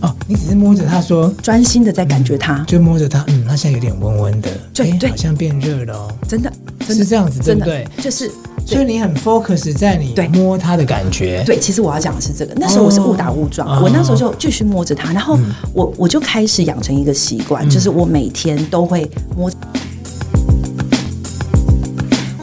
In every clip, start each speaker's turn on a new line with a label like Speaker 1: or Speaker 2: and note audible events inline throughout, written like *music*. Speaker 1: 哦摸着它说，
Speaker 2: 专心的在感觉
Speaker 3: 啊
Speaker 2: 它，
Speaker 1: 就摸着它，嗯，它现在有点温温的，
Speaker 2: 对
Speaker 1: 诶
Speaker 2: 对
Speaker 1: 好像变热了哦。
Speaker 2: 真的，真的
Speaker 1: 是这样子对
Speaker 2: 真
Speaker 1: 不
Speaker 2: 的
Speaker 1: 对
Speaker 2: 就是
Speaker 1: 所以你很 focus 在你
Speaker 2: 对
Speaker 1: 摸它的感觉，
Speaker 2: 对，其实我要讲的是这个。那时候我是误打误撞，
Speaker 1: 哦嗯
Speaker 2: 我那时候就继续摸着它，然后我、我就开始养成一个习惯，就是我每天都会摸。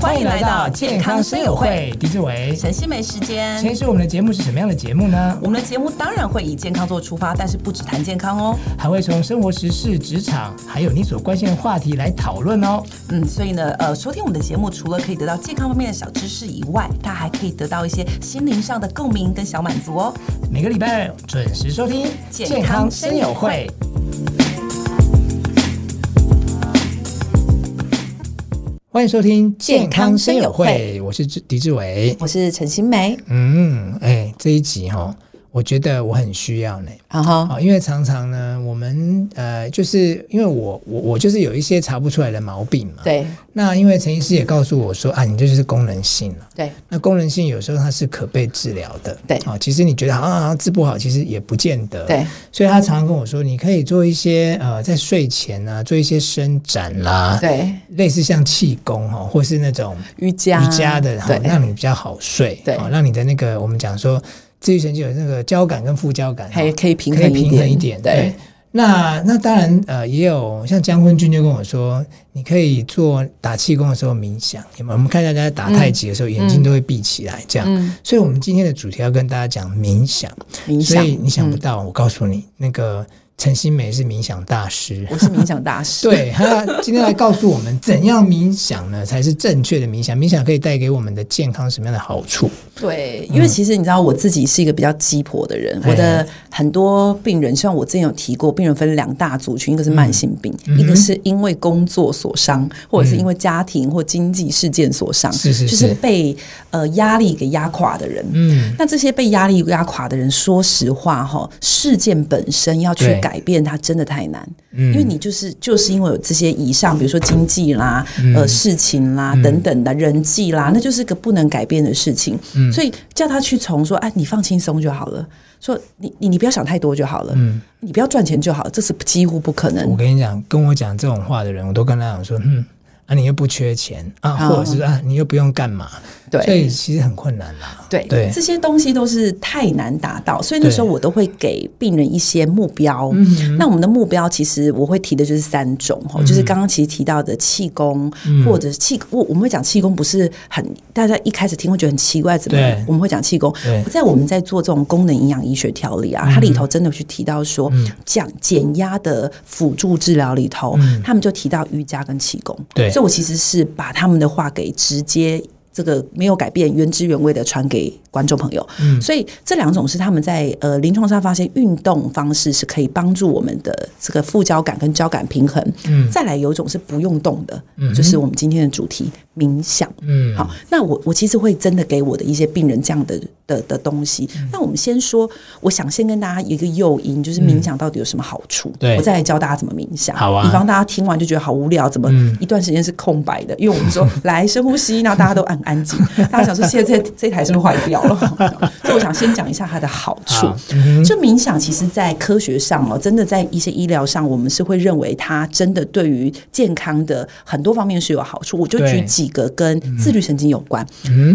Speaker 1: 欢迎来到健康生友会，狄志伟。
Speaker 2: 晨曦美时
Speaker 1: 先
Speaker 2: 间。
Speaker 1: 说我们的节目是什么样的节目呢？
Speaker 2: 我们的节目当然会以健康做出发，但是不只谈健康哦。
Speaker 1: 还会从生活时事、职场，还有你所关心的话题来讨论哦。
Speaker 2: 嗯，所以呢，呃，收听我们的节目，除了可以得到健康方面的小知识以外，它还可以得到一些心灵上的共鸣跟小满足哦。
Speaker 1: 每个礼拜二准时收听《
Speaker 2: 健康生友会》。
Speaker 1: 欢迎收听《健
Speaker 3: 健
Speaker 1: 康
Speaker 3: 康
Speaker 1: 生
Speaker 3: 生
Speaker 1: 友
Speaker 3: 友
Speaker 1: 会
Speaker 3: 会》，
Speaker 1: 我是志狄志伟。
Speaker 3: 我是陈心梅，
Speaker 1: 嗯，哎、这一集哈、我觉得我很需要呢。
Speaker 3: 然后
Speaker 1: 啊，因为常常呢，我们呃，就是因为我我我就是有一些查不出来的毛病嘛。。
Speaker 3: 对
Speaker 1: 那因为陈医师也告诉我说啊，你这就是功能性了、
Speaker 3: 对
Speaker 1: 那功能性有时候它是可被治疗的，
Speaker 3: 对
Speaker 1: 啊，其实你觉得好像好像治不好，其实也不见得，
Speaker 3: 对。
Speaker 1: 所以他常常跟我说，你可以做一些呃，在睡前啊，做一些伸展啦，，
Speaker 3: 对，
Speaker 1: 类似像气功哈、哦，或是那种
Speaker 3: 瑜伽
Speaker 1: 瑜伽的哈、
Speaker 3: 对
Speaker 1: 哦，让你比较好睡，
Speaker 3: 对
Speaker 1: 哦，让你的那个我们讲说，自律神经有那个交感跟副交感，
Speaker 3: 还
Speaker 1: 哦
Speaker 3: 可以平
Speaker 1: 可以
Speaker 3: 衡一
Speaker 1: 平衡
Speaker 3: 点，
Speaker 1: 一点，对
Speaker 3: 对。
Speaker 1: 那那当然，呃，也有像江坤君就跟我说，你可以做打气功的时候冥想，有没有？我们看大家打太极的时候，眼睛都会闭起来，这样。
Speaker 3: 嗯
Speaker 1: 所以，我们今天的主题要跟大家讲冥想。
Speaker 3: 冥
Speaker 1: 所以
Speaker 3: 想，
Speaker 1: 你想不到，我告诉你，那个陈新梅是冥想大师。
Speaker 3: 我是冥想
Speaker 1: *laughs*
Speaker 3: 大 *laughs* 师，
Speaker 1: 对，他今天来告诉我们怎样冥想呢，才是正确的冥想。冥想可以带给我们的健康什么样的好处？
Speaker 3: 对，
Speaker 1: 嗯
Speaker 3: 因为其实你知道，我自己是一个比较鸡婆的人，
Speaker 1: 哎
Speaker 3: 我的很多病人，像我之前有提过，病人分两大族群，一个是慢性病，
Speaker 1: 嗯
Speaker 3: 一个是因为工作所伤，或者是因为家庭或经济事件所伤，
Speaker 1: 是是
Speaker 3: 就是是被呃压力给压垮的人。
Speaker 1: 嗯，
Speaker 3: 那这些被压力压垮的人，说实话哈，事件本身要去
Speaker 1: 对
Speaker 3: 改变它，真的太难。
Speaker 1: 嗯
Speaker 3: 因为你就是就是因为有这些以上，比如说经济啦、呃事情啦、等等的人际啦，那就是个不能改变的事情。所以叫他去从说，哎、你放轻松就好了，说你你你不要想太多就好了，你不要赚钱就好了，这是几乎不可
Speaker 1: 我
Speaker 3: 能。
Speaker 1: 跟你讲，跟我讲这种话的人，我都跟他讲说，嗯，啊，你又不缺钱啊，
Speaker 3: 嗯
Speaker 1: 或者是啊，你又不用干嘛，所
Speaker 3: 对
Speaker 1: 以其实很困难啦。
Speaker 3: 对
Speaker 1: 对
Speaker 3: 这些东西都是太难达到，所以那时候
Speaker 1: 对
Speaker 3: 我都会给病人一些目标。
Speaker 1: 嗯
Speaker 3: 那我们的目标其实我会提的就是三种哈，就是刚刚其实提到的气功，
Speaker 1: 嗯
Speaker 3: 或者是气我我们会讲气功不是很大家一开始听会觉得很奇怪，怎么
Speaker 1: 对
Speaker 3: 我们会讲气功
Speaker 1: 对？嗯
Speaker 3: 在我们在做这种功能营养医学条例啊，它里头真的有去提到说，讲减压的辅助治疗里头，
Speaker 1: 嗯
Speaker 3: 他们就提到瑜伽跟气功。
Speaker 1: 对
Speaker 3: 所以我其实是把他们的话给直接。这个没有改变，原汁原味的传给观众朋友。嗯，所以这两种是他们在呃临床上发现运动方式是可以帮助我们的这个副交感跟交感平衡。嗯，再来有一种是不用动的，就是我们今天的主题冥想。
Speaker 1: 嗯，
Speaker 3: 好，那我我其实会真的给我的一些病人这样的的的东西。
Speaker 1: 嗯
Speaker 3: 那我们先说，我想先跟大家一个诱因，就是冥想到底有什么好处？
Speaker 1: 嗯对
Speaker 3: 我再来教大家怎么冥想。
Speaker 1: 好啊嗯
Speaker 3: 以防大家听完就觉得好无聊，怎么一段时间是空白的？因为我们说来深呼吸，然后大家都很安
Speaker 1: *laughs*
Speaker 3: 静，大家想说现在这这台是不是坏掉了？所以我想先讲一下它的好处
Speaker 1: 好。
Speaker 3: 就冥想，其实，在科学上哦，真的在一些医疗上，我们是会认为它真的对于健康的很多方面是有好处。我就
Speaker 1: 对嗯
Speaker 3: 举几个跟自律神经有关，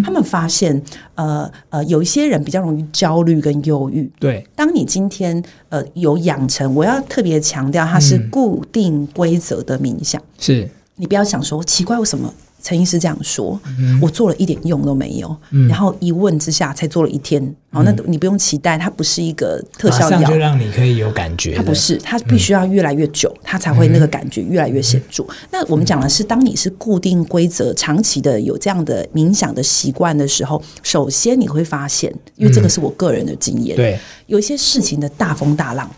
Speaker 3: 他们发现，呃呃，有一些人比较容易焦虑跟忧郁。
Speaker 1: 对，
Speaker 3: 当你今天呃有养成，我要特别强调，它是固定规则的冥想。
Speaker 1: 是，
Speaker 3: 你不要想说奇怪为什么陈医师这样说，
Speaker 1: 嗯
Speaker 3: 我做了一点用都没有，然后一问之下才做了一天，好、那你不用期待，它不是一个
Speaker 1: 嗯
Speaker 3: 特
Speaker 1: 马
Speaker 3: 效
Speaker 1: 上
Speaker 3: 药
Speaker 1: 就。让你可以有感觉
Speaker 3: 它
Speaker 1: 的，嗯
Speaker 3: 不是，它必须要越来越久，它才会那个感觉越来越显著。那我们讲的是，当你是固定规则、长期的有这样的冥想的习惯的时候，首先你会发现，因为这个是我个人的经验，
Speaker 1: 嗯对嗯
Speaker 3: 有一些事情的大风大浪，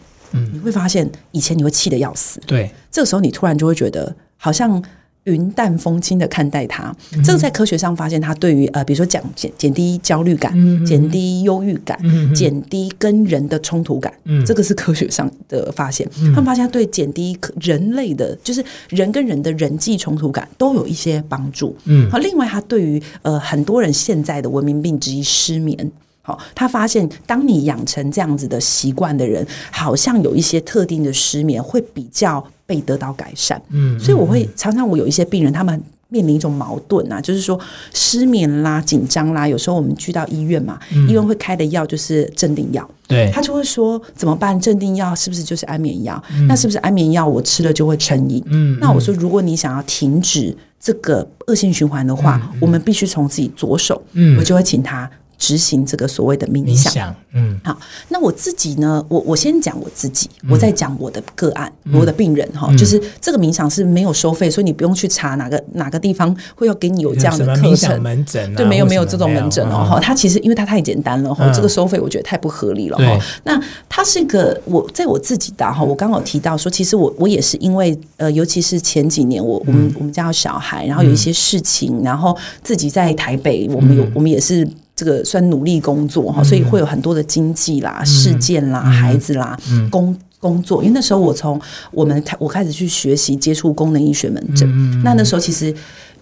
Speaker 3: 你会发现以前你会气得要死，
Speaker 1: 对，
Speaker 3: 这个时候你突然就会觉得好像。云淡风轻的看待它，这个在科学上发现，它对于呃，比如说讲减减低焦虑感、减低忧郁感、减低跟人的冲突感，这个是科学上的发现。他们发现它对减低可人类的，就是人跟人的人际冲突感都有一些帮助。
Speaker 1: 嗯
Speaker 3: 好，另外它对于呃很多人现在的文明病之一失眠，好，他发现当你养成这样子的习惯的人，好像有一些特定的失眠会比较被得到改善。
Speaker 1: 嗯，
Speaker 3: 所以我会常常我有一些病人，他们面临一种矛盾啊，就是说失眠啦、紧张啦，有时候我们去到医院嘛，
Speaker 1: 嗯
Speaker 3: 医院会开的药就是镇定药，
Speaker 1: 对
Speaker 3: 他就会说怎么办？镇定药是不是就是安眠药？那是不是安眠药我吃了就会成瘾？
Speaker 1: 嗯
Speaker 3: 那我说，如果你想要停止这个恶性循环的话，我们必须从自己着手。
Speaker 1: 嗯
Speaker 3: 我就会请他执行这个所谓的冥
Speaker 1: 冥
Speaker 3: 想。
Speaker 1: 想，嗯
Speaker 3: 好，那我自己呢？我我先讲我自己，我再讲我的个案，
Speaker 1: 嗯
Speaker 3: 我的病人哈、就是这个冥想是没有收费，所以你不用去查哪个哪个地方会要给你有这样
Speaker 1: 什
Speaker 3: 的
Speaker 1: 么
Speaker 3: 课
Speaker 1: 冥想
Speaker 3: 程。
Speaker 1: 门诊啊，
Speaker 3: 对，没有
Speaker 1: 或
Speaker 3: 没有
Speaker 1: 什
Speaker 3: 这
Speaker 1: 么
Speaker 3: 种门诊哦，
Speaker 1: 嗯
Speaker 3: 哈，它其实因为它太简单了哈，
Speaker 1: 嗯
Speaker 3: 这个收费我觉得太不合理了哈
Speaker 1: 对。
Speaker 3: 那它是一个我在我自己的哈，我刚好提到说，其实我我也是因为呃，尤其是前几年我我
Speaker 1: 嗯
Speaker 3: 们我们家有小孩，然后有一些事情，然后自己在台北，我们有
Speaker 1: 嗯
Speaker 3: 我们也是。这个算努力工作哈，所以会有很多的经济
Speaker 1: 嗯
Speaker 3: 啦、事件啦、孩子啦、工工作。因为那时候我从我们开我开始去学习接触功能医学门诊，那那时候其实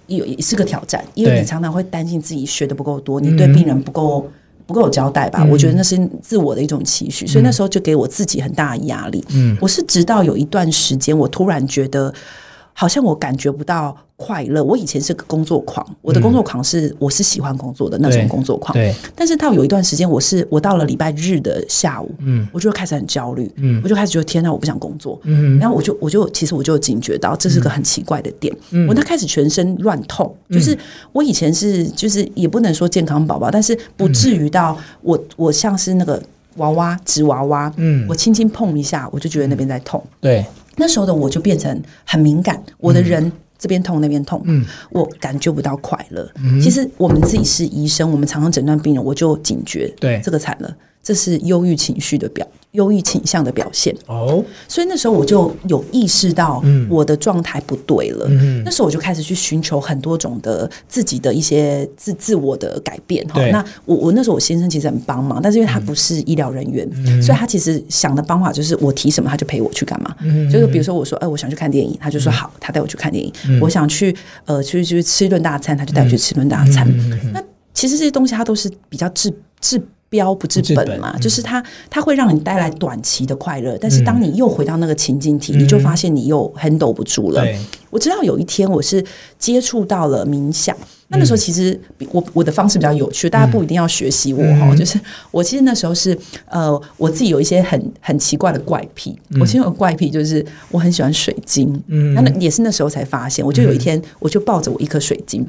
Speaker 3: 有也是个挑战，因为
Speaker 1: 嗯对
Speaker 3: 你常常会担心自己学的不够
Speaker 1: 嗯
Speaker 3: 多，你对病人不够。不够有交代吧？我觉得那是自我的一种期许，所以那时候就给我自己很大的压力。
Speaker 1: 嗯，
Speaker 3: 我是直到有一段时间，我突然觉得，好像我感觉不到快乐。我以前是个工作狂，我的工作狂是、我是喜欢工作的那种
Speaker 1: 嗯对
Speaker 3: 工作狂。
Speaker 1: 对，
Speaker 3: 但是到有一段时间，我是我到了礼拜日的下午，
Speaker 1: 嗯
Speaker 3: 我就开始很焦虑，
Speaker 1: 嗯
Speaker 3: 我就开始觉得天哪，我不想工作，
Speaker 1: 嗯
Speaker 3: 然后我就我就其实我就警觉到这是个很奇怪的点，
Speaker 1: 嗯
Speaker 3: 我那开始全身乱痛，就是我以前是就是也不能说健康宝宝，但是不至于到我、我像是那个娃娃纸娃娃，
Speaker 1: 嗯
Speaker 3: 我轻轻碰一下，我就觉得那边在痛，
Speaker 1: 对，
Speaker 3: 那时候的我就变成很敏感，我的人。这边痛那边痛，
Speaker 1: 嗯
Speaker 3: 我感觉不到快乐。其实我们自己是医生，我们常常诊断病人，我就警觉，
Speaker 1: 对
Speaker 3: 这个惨了，这是忧郁情绪的表，忧郁倾向的表现。
Speaker 1: 哦，
Speaker 3: 所以那时候我就有意识到我的状态不对了。
Speaker 1: 嗯
Speaker 3: 那时候我就开始去寻求很多种的自己的一些自自我的改变哈
Speaker 1: 对。
Speaker 3: 那我我那时候我先生其实很帮忙，但是因为他不是医疗人员，
Speaker 1: 嗯
Speaker 3: 所以他其实想的方法就是我提什么他就陪我去干嘛。
Speaker 1: 嗯
Speaker 3: 就是比如说我说哎、我想去看电影，他就说好，他带我去看电影。
Speaker 1: 嗯
Speaker 3: 我想去呃去去吃一顿大餐，他就带我去吃一顿大餐。
Speaker 1: 嗯
Speaker 3: 那其实这些东西它都是比较治治。标不治
Speaker 1: 治
Speaker 3: 本
Speaker 1: 本
Speaker 3: 嘛，就是它，它会让你带来短期的快乐，但是当你又回到那个情境体，你就发现你又 handle 不住了。
Speaker 1: 对，
Speaker 3: 我知道有一天我是接触到了冥想，那那时候其实比我我的方式比较有趣，大家不一定要学习我哈、就是我其实那时候是呃我自己有一些很很奇怪的怪癖，我其实有个怪癖就是我很喜欢水晶，嗯，那那也是那时候才发现，我就有一天我就抱着我一颗水晶，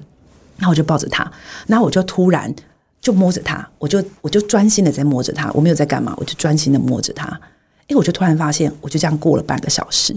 Speaker 3: 然后我就抱着它，然后我就突然。就摸着它，我就我就专心的在摸着它，我没有在干嘛，我就专心的摸着它。诶，我就突然发现，我就这样过了半个小时。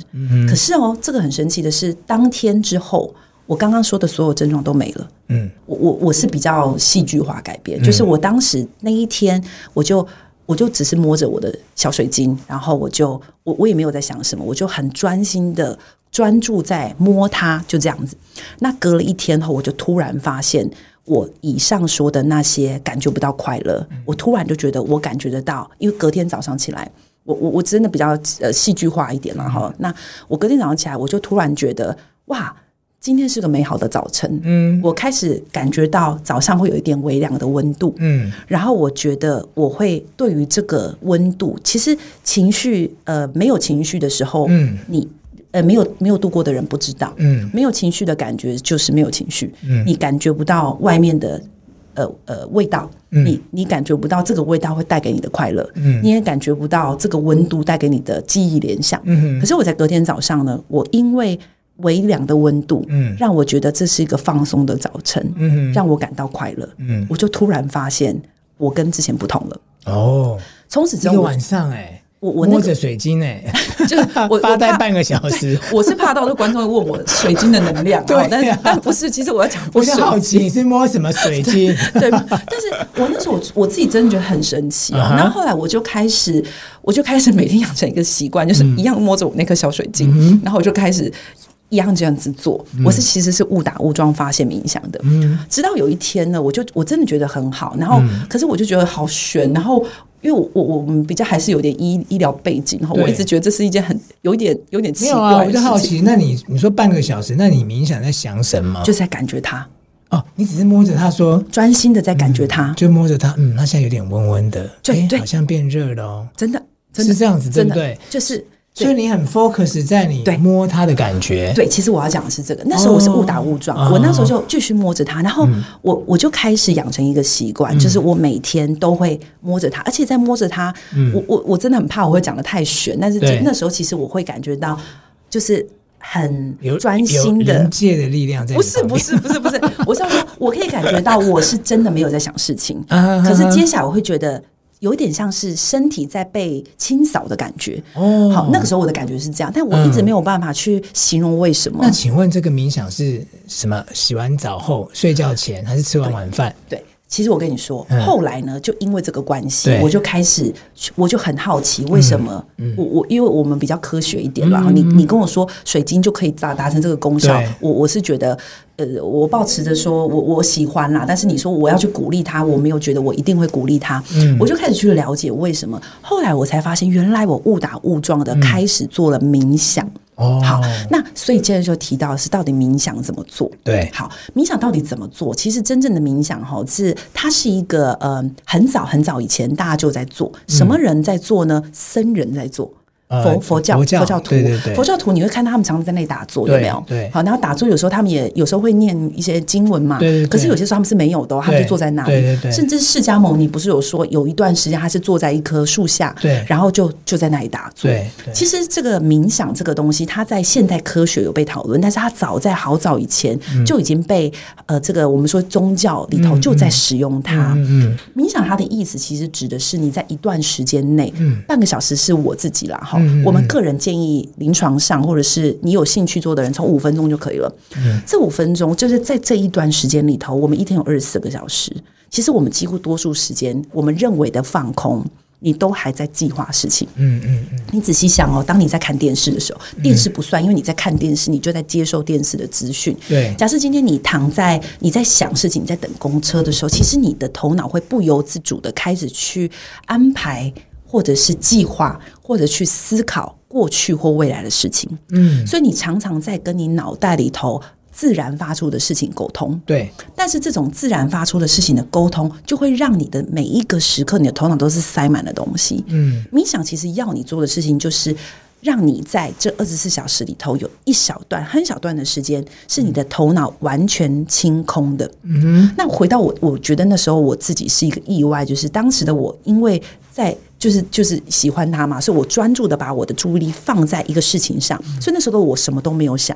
Speaker 3: 可是哦，这个很神奇的是，当天之后，我刚刚说的所有症状都没了。
Speaker 1: 嗯，
Speaker 3: 我我我是比较戏剧化改编，就是我当时那一天，我就我就只是摸着我的小水晶，然后我就我我也没有在想什么，我就很专心的专注在摸它，就这样子。那隔了一天后，我就突然发现。我以上说的那些感觉不到快乐，我突然就觉得我感觉得到，因为隔天早上起来，我我我真的比较呃戏剧化一点了哈。那我隔天早上起来，我就突然觉得哇，今天是个美好的早晨，
Speaker 1: 嗯
Speaker 3: 我开始感觉到早上会有一点微凉的温度，
Speaker 1: 嗯
Speaker 3: 然后我觉得我会对于这个温度，其实情绪呃没有情绪的时候，
Speaker 1: 嗯，
Speaker 3: 你呃没有没有度过的人不知道，
Speaker 1: 嗯
Speaker 3: 没有情绪的感觉就是没有情绪，
Speaker 1: 嗯
Speaker 3: 你感觉不到外面的呃呃味道，你你感觉不到这个味道会带给你的快乐，
Speaker 1: 嗯
Speaker 3: 你也感觉不到这个温度带给你的记忆联想。
Speaker 1: 嗯
Speaker 3: 可是我在隔天早上呢，我因为微凉的温度，
Speaker 1: 嗯
Speaker 3: 让我觉得这是一个放松的早晨，
Speaker 1: 嗯
Speaker 3: 让我感到快乐，
Speaker 1: 嗯，
Speaker 3: 我就突然发现我跟之前不同了。
Speaker 1: 哦，
Speaker 3: 从此之
Speaker 1: 一
Speaker 3: 后
Speaker 1: 个
Speaker 3: 我，
Speaker 1: 晚上哎，
Speaker 3: 我我那
Speaker 1: 摸
Speaker 3: 个
Speaker 1: 着水晶哎，
Speaker 3: 就是 *laughs*
Speaker 1: *laughs*
Speaker 3: 我
Speaker 1: 发呆。
Speaker 3: 我怕
Speaker 1: 半个小时，
Speaker 3: 我是怕到这观众会问我水晶的能量哦，
Speaker 1: *laughs* 对啊
Speaker 3: 但是但不是，其实我要 *laughs* 讲不
Speaker 1: 我
Speaker 3: 是
Speaker 1: 就好奇你是摸什么水
Speaker 3: *laughs*
Speaker 1: 晶？
Speaker 3: 对，但是我那时候我我自己真的觉得很神奇、哦。
Speaker 1: 嗯哼
Speaker 3: 然后后来我就开始，我就开始每天养成一个习惯，就是
Speaker 1: 嗯
Speaker 3: 一样摸着我那颗小水晶，然后我就开始。一样这样子做，
Speaker 1: 嗯
Speaker 3: 我是其实是误打误撞发现冥想的。直到有一天呢，我就我真的觉得很好，然后、
Speaker 1: 嗯
Speaker 3: 可是我就觉得好悬，然后因为我我我们比较还是有点医医疗背景哈，
Speaker 1: 对
Speaker 3: 我一直觉得这是一件很有一点有点
Speaker 1: 没
Speaker 3: 奇
Speaker 1: 有啊，
Speaker 3: 怪
Speaker 1: 我
Speaker 3: 的
Speaker 1: 就好
Speaker 3: 事情，
Speaker 1: 奇，那你你说半个小时，那你冥想在想什么？
Speaker 3: 就是在感觉它。
Speaker 1: 哦，你只是摸着它说，
Speaker 3: 专心的在感觉它，
Speaker 1: 就摸着它，嗯，它现在有点温温的，
Speaker 3: 对
Speaker 1: 诶
Speaker 3: 对
Speaker 1: 好像变热了哦，
Speaker 3: 真的，真的
Speaker 1: 是这样子，对
Speaker 3: 真
Speaker 1: 不
Speaker 3: 的
Speaker 1: 对？
Speaker 3: 就是
Speaker 1: 所以你很 focus 在你
Speaker 3: 对
Speaker 1: 摸它的感觉，
Speaker 3: 对，其实我要讲的是这个。那时候我是误打误撞，
Speaker 1: 哦嗯
Speaker 3: 我那时候就继续摸着它，然后我、我就开始养成一个习惯，就是我每天都会摸着它，而且在摸着它，我我我真的很怕我会讲的太玄，但
Speaker 1: 嗯
Speaker 3: 是
Speaker 1: 对
Speaker 3: 那时候其实我会感觉到就是很
Speaker 1: 有
Speaker 3: 专心
Speaker 1: 有
Speaker 3: 的
Speaker 1: 人。界的力量在你
Speaker 3: 不是
Speaker 1: 旁
Speaker 3: 不
Speaker 1: 边
Speaker 3: 是不
Speaker 1: *laughs*
Speaker 3: 是不是，我是要说，我可以感觉到我是真的没有在想事情，
Speaker 1: 啊
Speaker 3: *laughs*
Speaker 1: *laughs*
Speaker 3: 可是接下来我会觉得有点像是身体在被清扫的感觉。
Speaker 1: 哦，
Speaker 3: 好，那个时候我的感觉是这样，但我一直
Speaker 1: 嗯
Speaker 3: 没有办法去形容为什么。
Speaker 1: 那请问这个冥想是什么？洗完澡后、睡觉前，还是吃完晚饭？
Speaker 3: 对，其实我跟你说，
Speaker 1: 嗯
Speaker 3: 后来呢，就因为这个关系
Speaker 1: 对，嗯
Speaker 3: 我就开始，我就很好奇，为什么我我因为我们比较科学一点嘛，然后你你跟我说水晶就可以达达成这个功效
Speaker 1: 对，
Speaker 3: 我我是觉得。呃，我保持着说我我喜欢啦，但是你说我要去鼓励他，我没有觉得我一定会鼓励他，
Speaker 1: 嗯
Speaker 3: 我就开始去了解为什么。后来我才发现，原来我误打误撞
Speaker 1: 嗯
Speaker 3: 的开始做了冥想。
Speaker 1: 哦，
Speaker 3: 好，那所以接着就提到的是到底冥想怎么做？
Speaker 1: 对
Speaker 3: 好，冥想到底怎么做？其实真正的冥想哈，是它是一个呃，很早很早以前大家就在做，什么人在做呢？僧人在做。
Speaker 1: 嗯呃
Speaker 3: 佛佛教
Speaker 1: 佛教
Speaker 3: 徒
Speaker 1: 对对对
Speaker 3: 佛教徒你会看到他们常常在那里打坐，
Speaker 1: 对
Speaker 3: 有没有？
Speaker 1: 对
Speaker 3: 好，然后打坐有时候他们也有时候会念一些经文嘛，
Speaker 1: 对对对
Speaker 3: 可是有些时候他们是没有的哦、他们
Speaker 1: 对
Speaker 3: 就坐在那里。
Speaker 1: 对对对
Speaker 3: 甚至释迦牟尼不是有说有一段时间他是坐在一棵树下，
Speaker 1: 对
Speaker 3: 然后就就在那里打坐。
Speaker 1: 对对
Speaker 3: 其实这个冥想这个东西，它在现代科学有被讨论，但是它早在好早以前
Speaker 1: 嗯
Speaker 3: 就已经被、呃这个我们说宗教里头就在使用它。
Speaker 1: 嗯
Speaker 3: 冥想它的意思其实指的是你在一段时间内，
Speaker 1: 嗯
Speaker 3: 半个小时是我自己啦哈。我们个人建议临床上或者是你有兴趣做的人，从五分钟就可以了。
Speaker 1: 嗯
Speaker 3: 这五分钟就是在这一段时间里头，我们一天有二十四个小时，其实我们几乎多数时间我们认为的放空。你都还在计划事情，
Speaker 1: 嗯嗯嗯，
Speaker 3: 你仔细想哦，当你在看电视的时候，电视不算，因为你在看电视，你就在接受电视的资讯。
Speaker 1: 对
Speaker 3: 假设今天你躺在你在想事情，你在等公车的时候，其实你的头脑会不由自主的开始去安排，或者是计划，或者去思考过去或未来的事情。
Speaker 1: 嗯
Speaker 3: 所以你常常在跟你脑袋里头自然发出的事情沟通。
Speaker 1: 对，
Speaker 3: 但是这种自然发出的事情的沟通，就会让你的每一个时刻，你的头脑都是塞满了东西。
Speaker 1: 嗯
Speaker 3: 冥想其实要你做的事情就是。让你在这二十四小时里头有一小段很小段的时间，是你的头脑完全清空的。
Speaker 1: 嗯哼
Speaker 3: 那回到我，我觉得那时候我自己是一个意外，就是当时的我，因为在就是就是喜欢他嘛，所以我专注的把我的注意力放在一个事情上，所以那时候的我什么都没有想。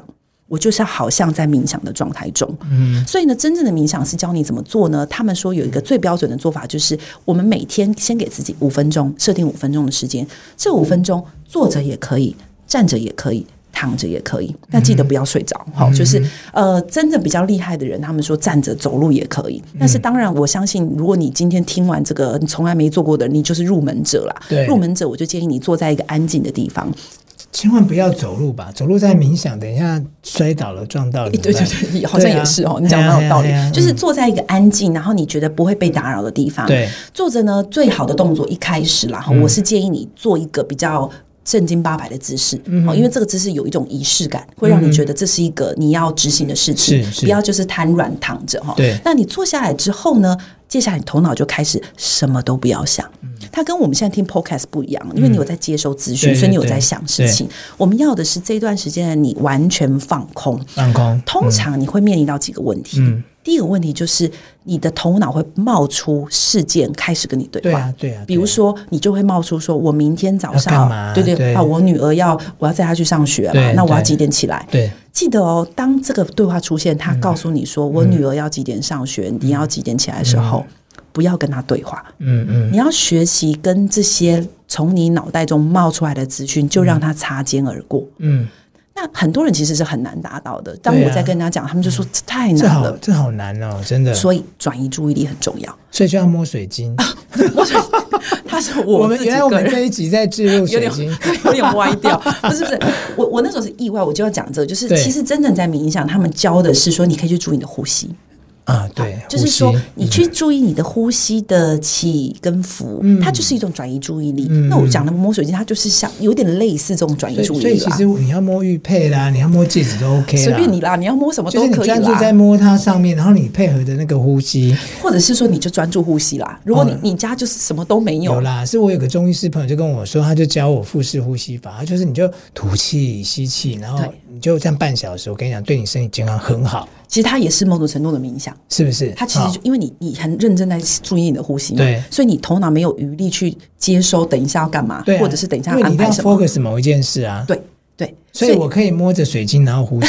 Speaker 3: 我就是好像在冥想的状态中，嗯，所以呢，真正的冥想是教你怎么做呢？他们说有一个最标准的做法，就是我们每天先给自己五分钟，设定五分钟的时间，这五分钟坐着也可以，站着也可以，躺着也可以，但记得不要睡着。好、就是呃，真的比较厉害的人，他们说站着走路也可以。但是当然，我相信如果你今天听完这个，你从来没做过的，你就是入门者啦
Speaker 1: 对。
Speaker 3: 入门者，我就建议你坐在一个安静的地方。
Speaker 1: 千万不要走路吧，走路在冥想，等一下摔倒了撞到了怎么
Speaker 3: 对
Speaker 1: 办，
Speaker 3: 对对，好像
Speaker 1: 对啊
Speaker 3: 也是哦，你讲得蛮有道理
Speaker 1: 哎呀哎呀哎呀。
Speaker 3: 就是坐在一个安静，然后你觉得不会被打扰的地方。
Speaker 1: 对，嗯
Speaker 3: 坐着呢，最好的动作一开始啦，哈，我是建议你做一个比较。正经八百的姿势，
Speaker 1: 嗯
Speaker 3: 哦，因为这个姿势有一种仪式感，会让你觉得这是一个你要执行的事情，
Speaker 1: 是是
Speaker 3: 不要就是瘫软躺着哈。
Speaker 1: 对
Speaker 3: 那你坐下来之后呢，接下来你头脑就开始什么都不要想。
Speaker 1: 嗯
Speaker 3: 它跟我们现在听 podcast 不一样，因为你有在接收资讯，
Speaker 1: 对对
Speaker 3: 所以你有
Speaker 1: 对
Speaker 3: 在想事
Speaker 1: 对
Speaker 3: 情。我们要的是这段时间你完全放空，
Speaker 1: 放空，
Speaker 3: 通常你会面临到几个问题。
Speaker 1: 嗯
Speaker 3: 第一个问题就是你的头脑会冒出事件开始跟你对
Speaker 1: 对
Speaker 3: 话。
Speaker 1: 啊对啊对啊
Speaker 3: 比如说，你就会冒出说：“我明天早
Speaker 1: 要干
Speaker 3: 上
Speaker 1: 嘛，
Speaker 3: 对
Speaker 1: 对
Speaker 3: 对，啊，我女儿要我要载她去上学嘛
Speaker 1: 对，
Speaker 3: 那我要
Speaker 1: 对
Speaker 3: 几点起来？”
Speaker 1: 对
Speaker 3: 记得哦，当这个对话出现，
Speaker 1: 嗯
Speaker 3: 他告诉你说：“我女儿要几点上学，你要几点起来”的时候，不要跟他对话。
Speaker 1: 嗯嗯
Speaker 3: 你要学习跟这些从你脑袋中冒出来的资讯，就让它擦肩而过。
Speaker 1: 嗯，
Speaker 3: 那很多人其实是很难达到的。当我在跟人家讲，他们就说这太
Speaker 1: 啊这
Speaker 3: 难
Speaker 1: 好
Speaker 3: 了。
Speaker 1: 这好难哦，真的，所
Speaker 3: 所以转移注意力很重要。 *laughs*
Speaker 1: 以就要摸水晶。
Speaker 3: 他是
Speaker 1: 我
Speaker 3: *laughs* 我
Speaker 1: 们
Speaker 3: 自己
Speaker 1: 原来我
Speaker 3: 个
Speaker 1: 们
Speaker 3: 人
Speaker 1: 这一集在置入
Speaker 3: 有
Speaker 1: 水
Speaker 3: 点
Speaker 1: 晶，
Speaker 3: *laughs* 有点歪掉，不是不是，我我那时候是意外，我就要讲这个，就是
Speaker 1: 对
Speaker 3: 其实真正在冥想，他们教的是说你可以去注意你的呼吸，
Speaker 1: *laughs* 啊，对，
Speaker 3: 就是
Speaker 1: 呼吸
Speaker 3: 说，你去注意你的呼吸的起跟伏，
Speaker 1: 嗯
Speaker 3: 它就是一种转移注意力。那我讲的摸水晶，它就是像有点类似这种转移
Speaker 1: 所以
Speaker 3: 注意
Speaker 1: 所以
Speaker 3: 力
Speaker 1: 其
Speaker 3: 啦
Speaker 1: 实，你要摸玉佩啦，你要摸戒指都 OK 啦，
Speaker 3: 随便你啦，你要摸什么
Speaker 1: 就
Speaker 3: 都
Speaker 1: 是你
Speaker 3: 可以
Speaker 1: 专注在
Speaker 3: 啦，
Speaker 1: 摸它上面，然后你配合的那个呼吸。
Speaker 3: 或者是说你就专注呼吸啦。如果你
Speaker 1: 嗯
Speaker 3: 你家就是什么都没
Speaker 1: 有
Speaker 3: 有，
Speaker 1: 啦，是我有个中医师朋友就跟我说，他就教我腹式呼吸法，他就是你就吐气吸气，然后
Speaker 3: 对
Speaker 1: 你就这样半小时，我跟你讲，对你身体健康很好，
Speaker 3: 其实它也是某种程度的冥想。
Speaker 1: 是不是？
Speaker 3: 它其实
Speaker 1: 好
Speaker 3: 就因为你你很认真在注意你的呼吸嘛
Speaker 1: 对，
Speaker 3: 所以你头脑没有余力去接收等一下要干嘛
Speaker 1: 对啊，，
Speaker 3: 或者是等一下
Speaker 1: 因为你
Speaker 3: 安
Speaker 1: 一定
Speaker 3: 排
Speaker 1: 要
Speaker 3: 什么。
Speaker 1: focus 某一件事啊。
Speaker 3: 对对，
Speaker 1: 所以我可以摸着水晶然后呼吸。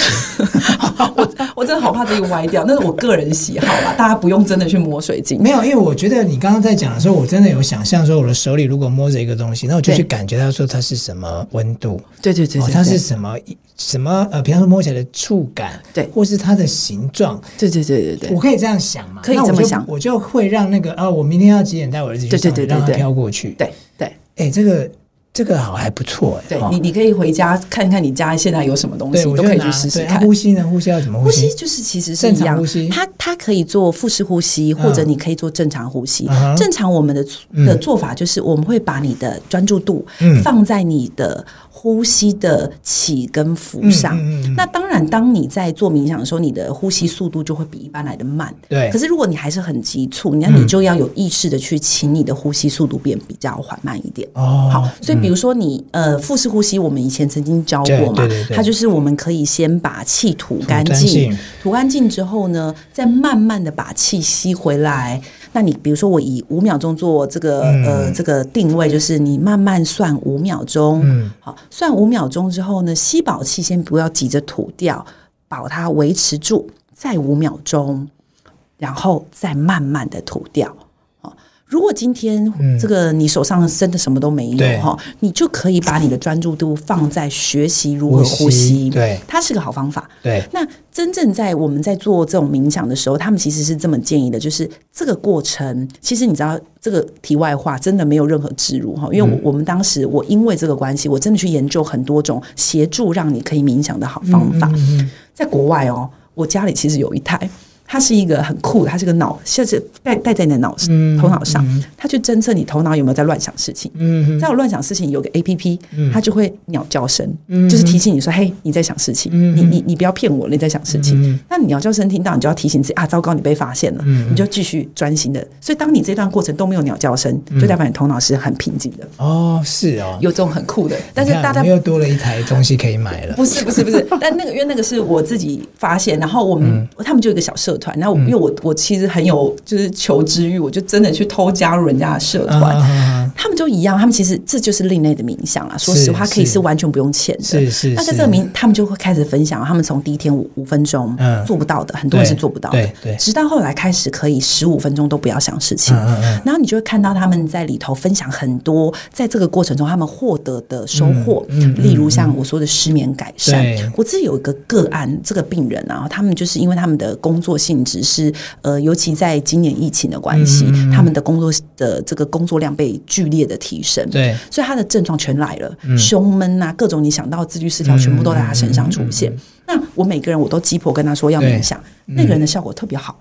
Speaker 3: 我我真的好怕这个歪掉，那是我个人喜好啦， *laughs* 大家不用真的去摸水晶。
Speaker 1: 没有，因为我觉得你刚刚在讲的时候，我真的有想象说，我的手里如果摸着一个东西，那我就
Speaker 3: 对
Speaker 1: 去感觉到说它是什么温度。
Speaker 3: 对对对
Speaker 1: 哦
Speaker 3: 对，
Speaker 1: 它是
Speaker 3: 对
Speaker 1: 什么什么呃，比方说摸起来的触感，
Speaker 3: 对
Speaker 1: 或是它的形状，
Speaker 3: 对对对对
Speaker 1: 我
Speaker 3: 对，
Speaker 1: 可以这样想嘛？
Speaker 3: 可以
Speaker 1: 那我
Speaker 3: 这么
Speaker 1: 就
Speaker 3: 想
Speaker 1: 我就会让那个啊，我明天要几点带我儿子去
Speaker 3: 对对
Speaker 1: 上学，
Speaker 3: 对对
Speaker 1: 让他
Speaker 3: 对
Speaker 1: 飘过去。
Speaker 3: 对对
Speaker 1: 哎，这个这个好还不错哎，
Speaker 3: 对
Speaker 1: 哦，
Speaker 3: 你你可以回家看看你家现在有什么东
Speaker 1: 对
Speaker 3: 西，你
Speaker 1: 我
Speaker 3: 都
Speaker 1: 就
Speaker 3: 可以
Speaker 1: 拿
Speaker 3: 去试试
Speaker 1: 对
Speaker 3: 看
Speaker 1: 啊。呼吸呢？呼吸要怎么
Speaker 3: 呼
Speaker 1: 吸
Speaker 3: 吸？就是其实是
Speaker 1: 正
Speaker 3: 一
Speaker 1: 常
Speaker 3: 样
Speaker 1: 呼吸，嗯
Speaker 3: 它它可以做腹式呼吸，或者你可以做正常呼吸。
Speaker 1: 嗯哼嗯
Speaker 3: 正常我们的的做法就是，我们会把你的专注度放在你的呼吸的起跟伏
Speaker 1: 嗯
Speaker 3: 上。
Speaker 1: 嗯嗯嗯
Speaker 3: 那当然，当你在做冥想的时候，你的呼吸速度就会比一般来的慢。
Speaker 1: 对嗯
Speaker 3: 可是如果你还是很急促，那你就要有意识的去请你的呼吸速度变比较缓慢一点。
Speaker 1: 哦，
Speaker 3: 好，所以比如说你、呃腹式呼吸，我们以前曾经教
Speaker 1: 对
Speaker 3: 过
Speaker 1: 对
Speaker 3: 嘛
Speaker 1: 对，对
Speaker 3: 它就是我们可以先把气吐干
Speaker 1: 干
Speaker 3: 净
Speaker 1: 净，
Speaker 3: 吐干净之后呢，再慢慢的把气吸回来。那你比如说我以五秒钟做这个、
Speaker 1: 嗯
Speaker 3: 呃这个定位，就是你慢慢算五秒钟，
Speaker 1: 嗯
Speaker 3: 好，算五秒钟之后呢，吸饱气先不要急着吐掉，把它维持住，再五秒钟，然后再慢慢的吐掉。哦如果今天这个你手上真的什么都没有
Speaker 1: 嗯对
Speaker 3: 哈、你就可以把你的专注度放在学习如何
Speaker 1: 呼
Speaker 3: 呼吸，
Speaker 1: 对
Speaker 3: 它是个好方法。
Speaker 1: 对，
Speaker 3: 那真正在我们在做这种冥想的时候，他们其实是这么建议的，就是这个过程，其实你知道，这个题外话真的没有任何植入哈，因为我我们当时我因为这个关系，我真的去研究很多种协助让你可以冥想的好方法，在国外哦，我家里其实有一台。它是一个很酷的，它是个脑，像是戴戴在你的脑、头脑上，它去侦测你头脑有没有在乱想事情。
Speaker 1: 嗯
Speaker 3: 在我乱想事情有个 A P P，它就会鸟叫声，
Speaker 1: 嗯
Speaker 3: 就是提醒你说：“嘿，你在想事情，你你你不要骗我，你在想事情。
Speaker 1: 嗯
Speaker 3: 那鸟叫声听到，你就要提醒自己啊，糟糕，你被发现了，你就继续专心的。所以，当你这段过程都没有鸟叫声，
Speaker 1: 嗯
Speaker 3: 就代表你头脑是很平静的，
Speaker 1: 哦，是哦。
Speaker 3: 有这种很酷的。但是
Speaker 1: 你看
Speaker 3: 大
Speaker 1: 我
Speaker 3: 家
Speaker 1: 们又多了一台东西可以买了。
Speaker 3: 不是不是不是，但那个因为那个是我自己发现，然后我们、
Speaker 1: 嗯
Speaker 3: 他们就有一个小社团，然后因为我我其实很有就是求知欲，我就真的去偷加入人家的社团。
Speaker 1: 啊啊啊啊
Speaker 3: 他们就一样，他们其实这就是另类的冥想啦。说实话，
Speaker 1: 是
Speaker 3: 可以是
Speaker 1: 是
Speaker 3: 完全不用钱的。
Speaker 1: 是是
Speaker 3: 那在
Speaker 1: 是
Speaker 3: 这个冥，他们就会开始分享，他们从第一天五五分钟
Speaker 1: 嗯
Speaker 3: 做不到的，很多人是
Speaker 1: 对
Speaker 3: 做不到的
Speaker 1: 对，对
Speaker 3: 直到后来开始可以十五分钟都不要想事情。
Speaker 1: 嗯嗯嗯
Speaker 3: 然后你就会看到他们在里头分享很多，在这个过程中他们获得的收获，
Speaker 1: 嗯嗯嗯
Speaker 3: 例如像我说的失眠改善
Speaker 1: 对。
Speaker 3: 我自己有一个个案，这个病人啊，他们就是因为他们的工作性质是，呃，尤其在今年疫情的关系，
Speaker 1: 嗯
Speaker 3: 他们的工作的这个工作量被剧烈的提升，
Speaker 1: 对，
Speaker 3: 所以他的症状全来了，胸闷啊，各种你想到的自律失调全部都在他身上出现。那我每个人我都鸡婆跟他说要冥想，那个人的效果特别好。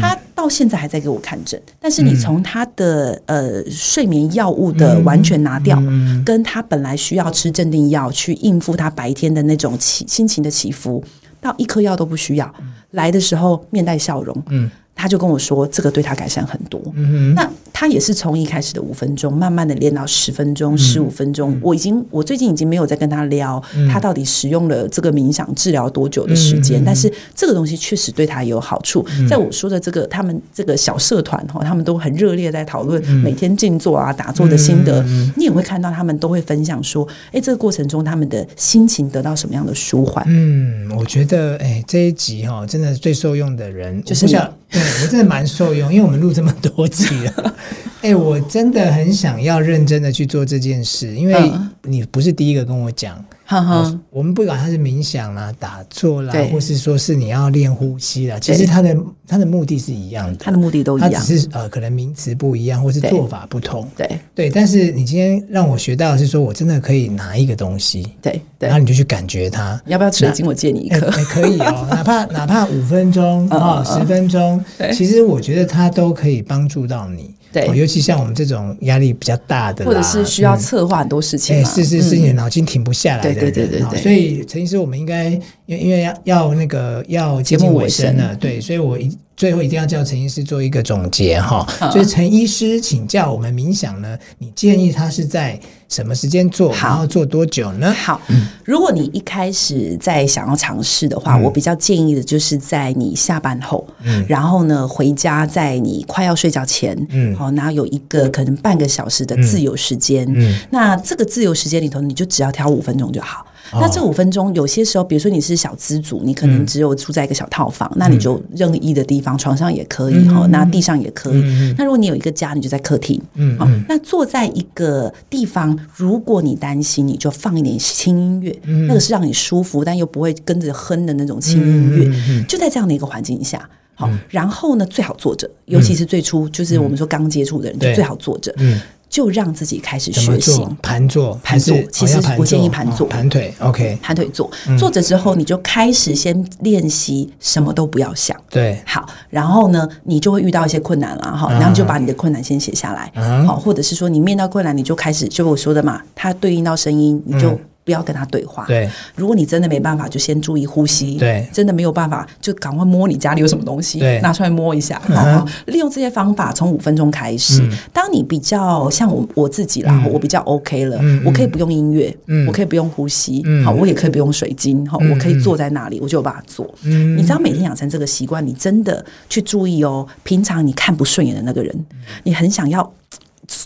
Speaker 3: 他到现在还在给我看诊，但是你从他的、呃睡眠药物的完全拿掉，跟他本来需要吃镇定药去应付他白天的那种起心情的起伏，到一颗药都不需要，来的时候面带笑容，嗯，他就跟我说这个对他改善很多，嗯，那他也是从一开始的五分钟，慢慢的练到十分钟、十五分钟，我已经我最近已经没有在跟他聊他到底使用了这个冥想治疗多久的时间，但是这个东西确实对他有好处，在我说的这个他们这个小社团哈，他们都很热烈在讨论每天静坐啊、打坐的心得，你也会看到他们都会分享说，哎，这个过程中他们的心情得到什么样的舒缓，
Speaker 1: 嗯，我觉得哎，这一集哈、真的最受用的人
Speaker 3: 就是
Speaker 1: 我不
Speaker 3: 你 *laughs*
Speaker 1: 想，对我真的蛮受用，因为我们录这么多集了，哎、我真的很想要认真的去做这件事，因为
Speaker 3: 嗯
Speaker 1: 你不是第一个跟我讲。哦
Speaker 3: 哈哈
Speaker 1: 我，我们不管它是冥想啦、打坐啦
Speaker 3: 对，
Speaker 1: 或是说是你要练呼吸啦，其实
Speaker 3: 对
Speaker 1: 它的它的目的是一样的，
Speaker 3: 他的目的都一
Speaker 1: 它
Speaker 3: 样，
Speaker 1: 只是呃可能名词不一样，或是
Speaker 3: 对
Speaker 1: 做法不同。
Speaker 3: 对
Speaker 1: 对，但是你今天让我学到的是说，我真的可以拿一个东西，
Speaker 3: 对对
Speaker 1: 然后。你就去感觉它。
Speaker 3: 你要不要水晶？我借你一
Speaker 1: 哎、
Speaker 3: 颗。
Speaker 1: 哎可以
Speaker 3: *laughs*
Speaker 1: 哦，哪怕哪怕五分钟
Speaker 3: 嗯
Speaker 1: 啊，
Speaker 3: 嗯
Speaker 1: 十、分钟，
Speaker 3: 对
Speaker 1: 其实我觉得它都可以帮助到你。
Speaker 3: 对
Speaker 1: 哦尤其像我们这种压力比较大的啦，
Speaker 3: 或者是需要
Speaker 1: 嗯
Speaker 3: 策划很多事情
Speaker 1: 哎，
Speaker 3: 嘛，
Speaker 1: 是是是，
Speaker 3: 嗯
Speaker 1: 你的脑筋停不下来的
Speaker 3: 对
Speaker 1: 人，
Speaker 3: 对对对
Speaker 1: 好
Speaker 3: 对
Speaker 1: 所以陈医师，我们应该因为因为要要那个要接
Speaker 3: 节
Speaker 1: 近
Speaker 3: 目
Speaker 1: 尾
Speaker 3: 尾
Speaker 1: 声
Speaker 3: 声嗯
Speaker 1: 了，对，所以我一最后一定要叫陈医师做一个总结哈。
Speaker 3: 嗯
Speaker 1: 所以陈医师请教我们冥想呢，你建议他是在什么时间做，
Speaker 3: 好
Speaker 1: 然后做多久呢？
Speaker 3: 嗯好，如果你一开始在想要尝试的
Speaker 1: 嗯
Speaker 3: 话，我比较建议的就是在你下班后，然后呢回家，在你快要睡觉前，
Speaker 1: 嗯
Speaker 3: 好，然后有一个可能半个小时的自由时间，
Speaker 1: 嗯
Speaker 3: 那这个自由时间里头，你就只要挑五分钟就好。那
Speaker 1: 哦
Speaker 3: 这五分钟，有些时候，比如说你是小资族，你可
Speaker 1: 嗯
Speaker 3: 能只有住在一个小套房，那你就任意的地方，床上也可以，哈、那地上也可以。那如果你有一个家，你就在客厅，
Speaker 1: 嗯
Speaker 3: 好、那坐在一个地方，如果你担心，你就放一点轻音乐，
Speaker 1: 嗯
Speaker 3: 那个是让你舒服，但又不会跟着哼的那种轻音
Speaker 1: 嗯
Speaker 3: 乐，就在这样的一个环境下。好，然后呢，最好坐着，尤其是最初就是我们说刚接触的人，
Speaker 1: 嗯对
Speaker 3: 就最好坐着，
Speaker 1: 嗯
Speaker 3: 就让自己开始
Speaker 1: 怎么
Speaker 3: 学习
Speaker 1: 做？盘坐，
Speaker 3: 盘坐
Speaker 1: 还是
Speaker 3: 其实
Speaker 1: 哦要盘
Speaker 3: 我
Speaker 1: 坐
Speaker 3: 建议盘坐
Speaker 1: 哦盘腿。OK，
Speaker 3: 盘腿坐。坐着之后，你就开始先练习什么都不要想。
Speaker 1: 对，
Speaker 3: 好，然后呢，你就会遇到一些困难了哈，然后你就把你的困难先写下来，
Speaker 1: 嗯
Speaker 3: 好，或者是说你面到困难，你就开始，就我说的嘛，它对应到声音，你就不要跟他对话。
Speaker 1: 对，
Speaker 3: 如果你真的没办法，就先注意呼吸。
Speaker 1: 对
Speaker 3: 真的没有办法，就赶快摸你家里有什么东西
Speaker 1: 对，嗯
Speaker 3: 拿出来摸一下。好好利用这些方法，从五分钟开始。当你比较像我我自己
Speaker 1: 嗯
Speaker 3: 啦，我比较 OK 了，我可以不用音乐，我可以不用呼吸，
Speaker 1: 嗯
Speaker 3: 好，我也可以不用水晶，好，我可以坐在那里，我就有办法做。
Speaker 1: 嗯
Speaker 3: 你只要每天养成这个习惯，你真的去注意哦。平常你看不顺眼的那个人，
Speaker 1: 嗯
Speaker 3: 你很想要。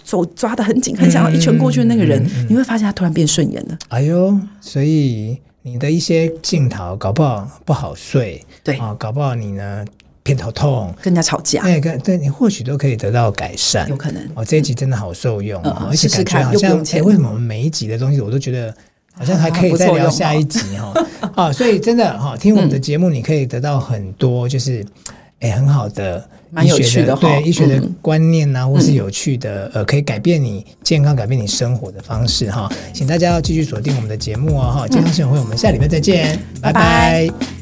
Speaker 3: 手抓得很紧，很
Speaker 1: 嗯
Speaker 3: 想要一拳过去的那个人，你会发现他突然变顺眼了。
Speaker 1: 哎呦，所以你的一些镜头搞不好不好睡，
Speaker 3: 对
Speaker 1: 啊、搞不好你呢偏头痛，
Speaker 3: 跟人家吵架，
Speaker 1: 那个对你或许都可以得到改善，
Speaker 3: 有可能
Speaker 1: 哦，这一集真的好受用哦，
Speaker 3: 嗯嗯
Speaker 1: 而且
Speaker 3: 试
Speaker 1: 感
Speaker 3: 试
Speaker 1: 觉
Speaker 3: 看
Speaker 1: 好
Speaker 3: 又不
Speaker 1: 像
Speaker 3: 用
Speaker 1: 哎，
Speaker 3: 钱
Speaker 1: 为什么我们每一集的东西我都觉得好像还可
Speaker 3: 还
Speaker 1: 以
Speaker 3: *laughs* 不
Speaker 1: 再
Speaker 3: 错
Speaker 1: 聊
Speaker 3: 用
Speaker 1: 下
Speaker 3: 哦
Speaker 1: 一集哈、哦？ *laughs* 啊，所以真的哈、哦，听我们的节目，你可以得到很多就是哎很好的。
Speaker 3: 蛮有
Speaker 1: 医学
Speaker 3: 趣的哈
Speaker 1: 对医学的
Speaker 3: 嗯
Speaker 1: 观念呐、或是有趣的，呃，可以改变你健康、改变你生活的方式哈、请大家要继续锁定我们的节目哦，哈、健康生活会，我们下礼拜再见，拜
Speaker 3: 拜
Speaker 1: 拜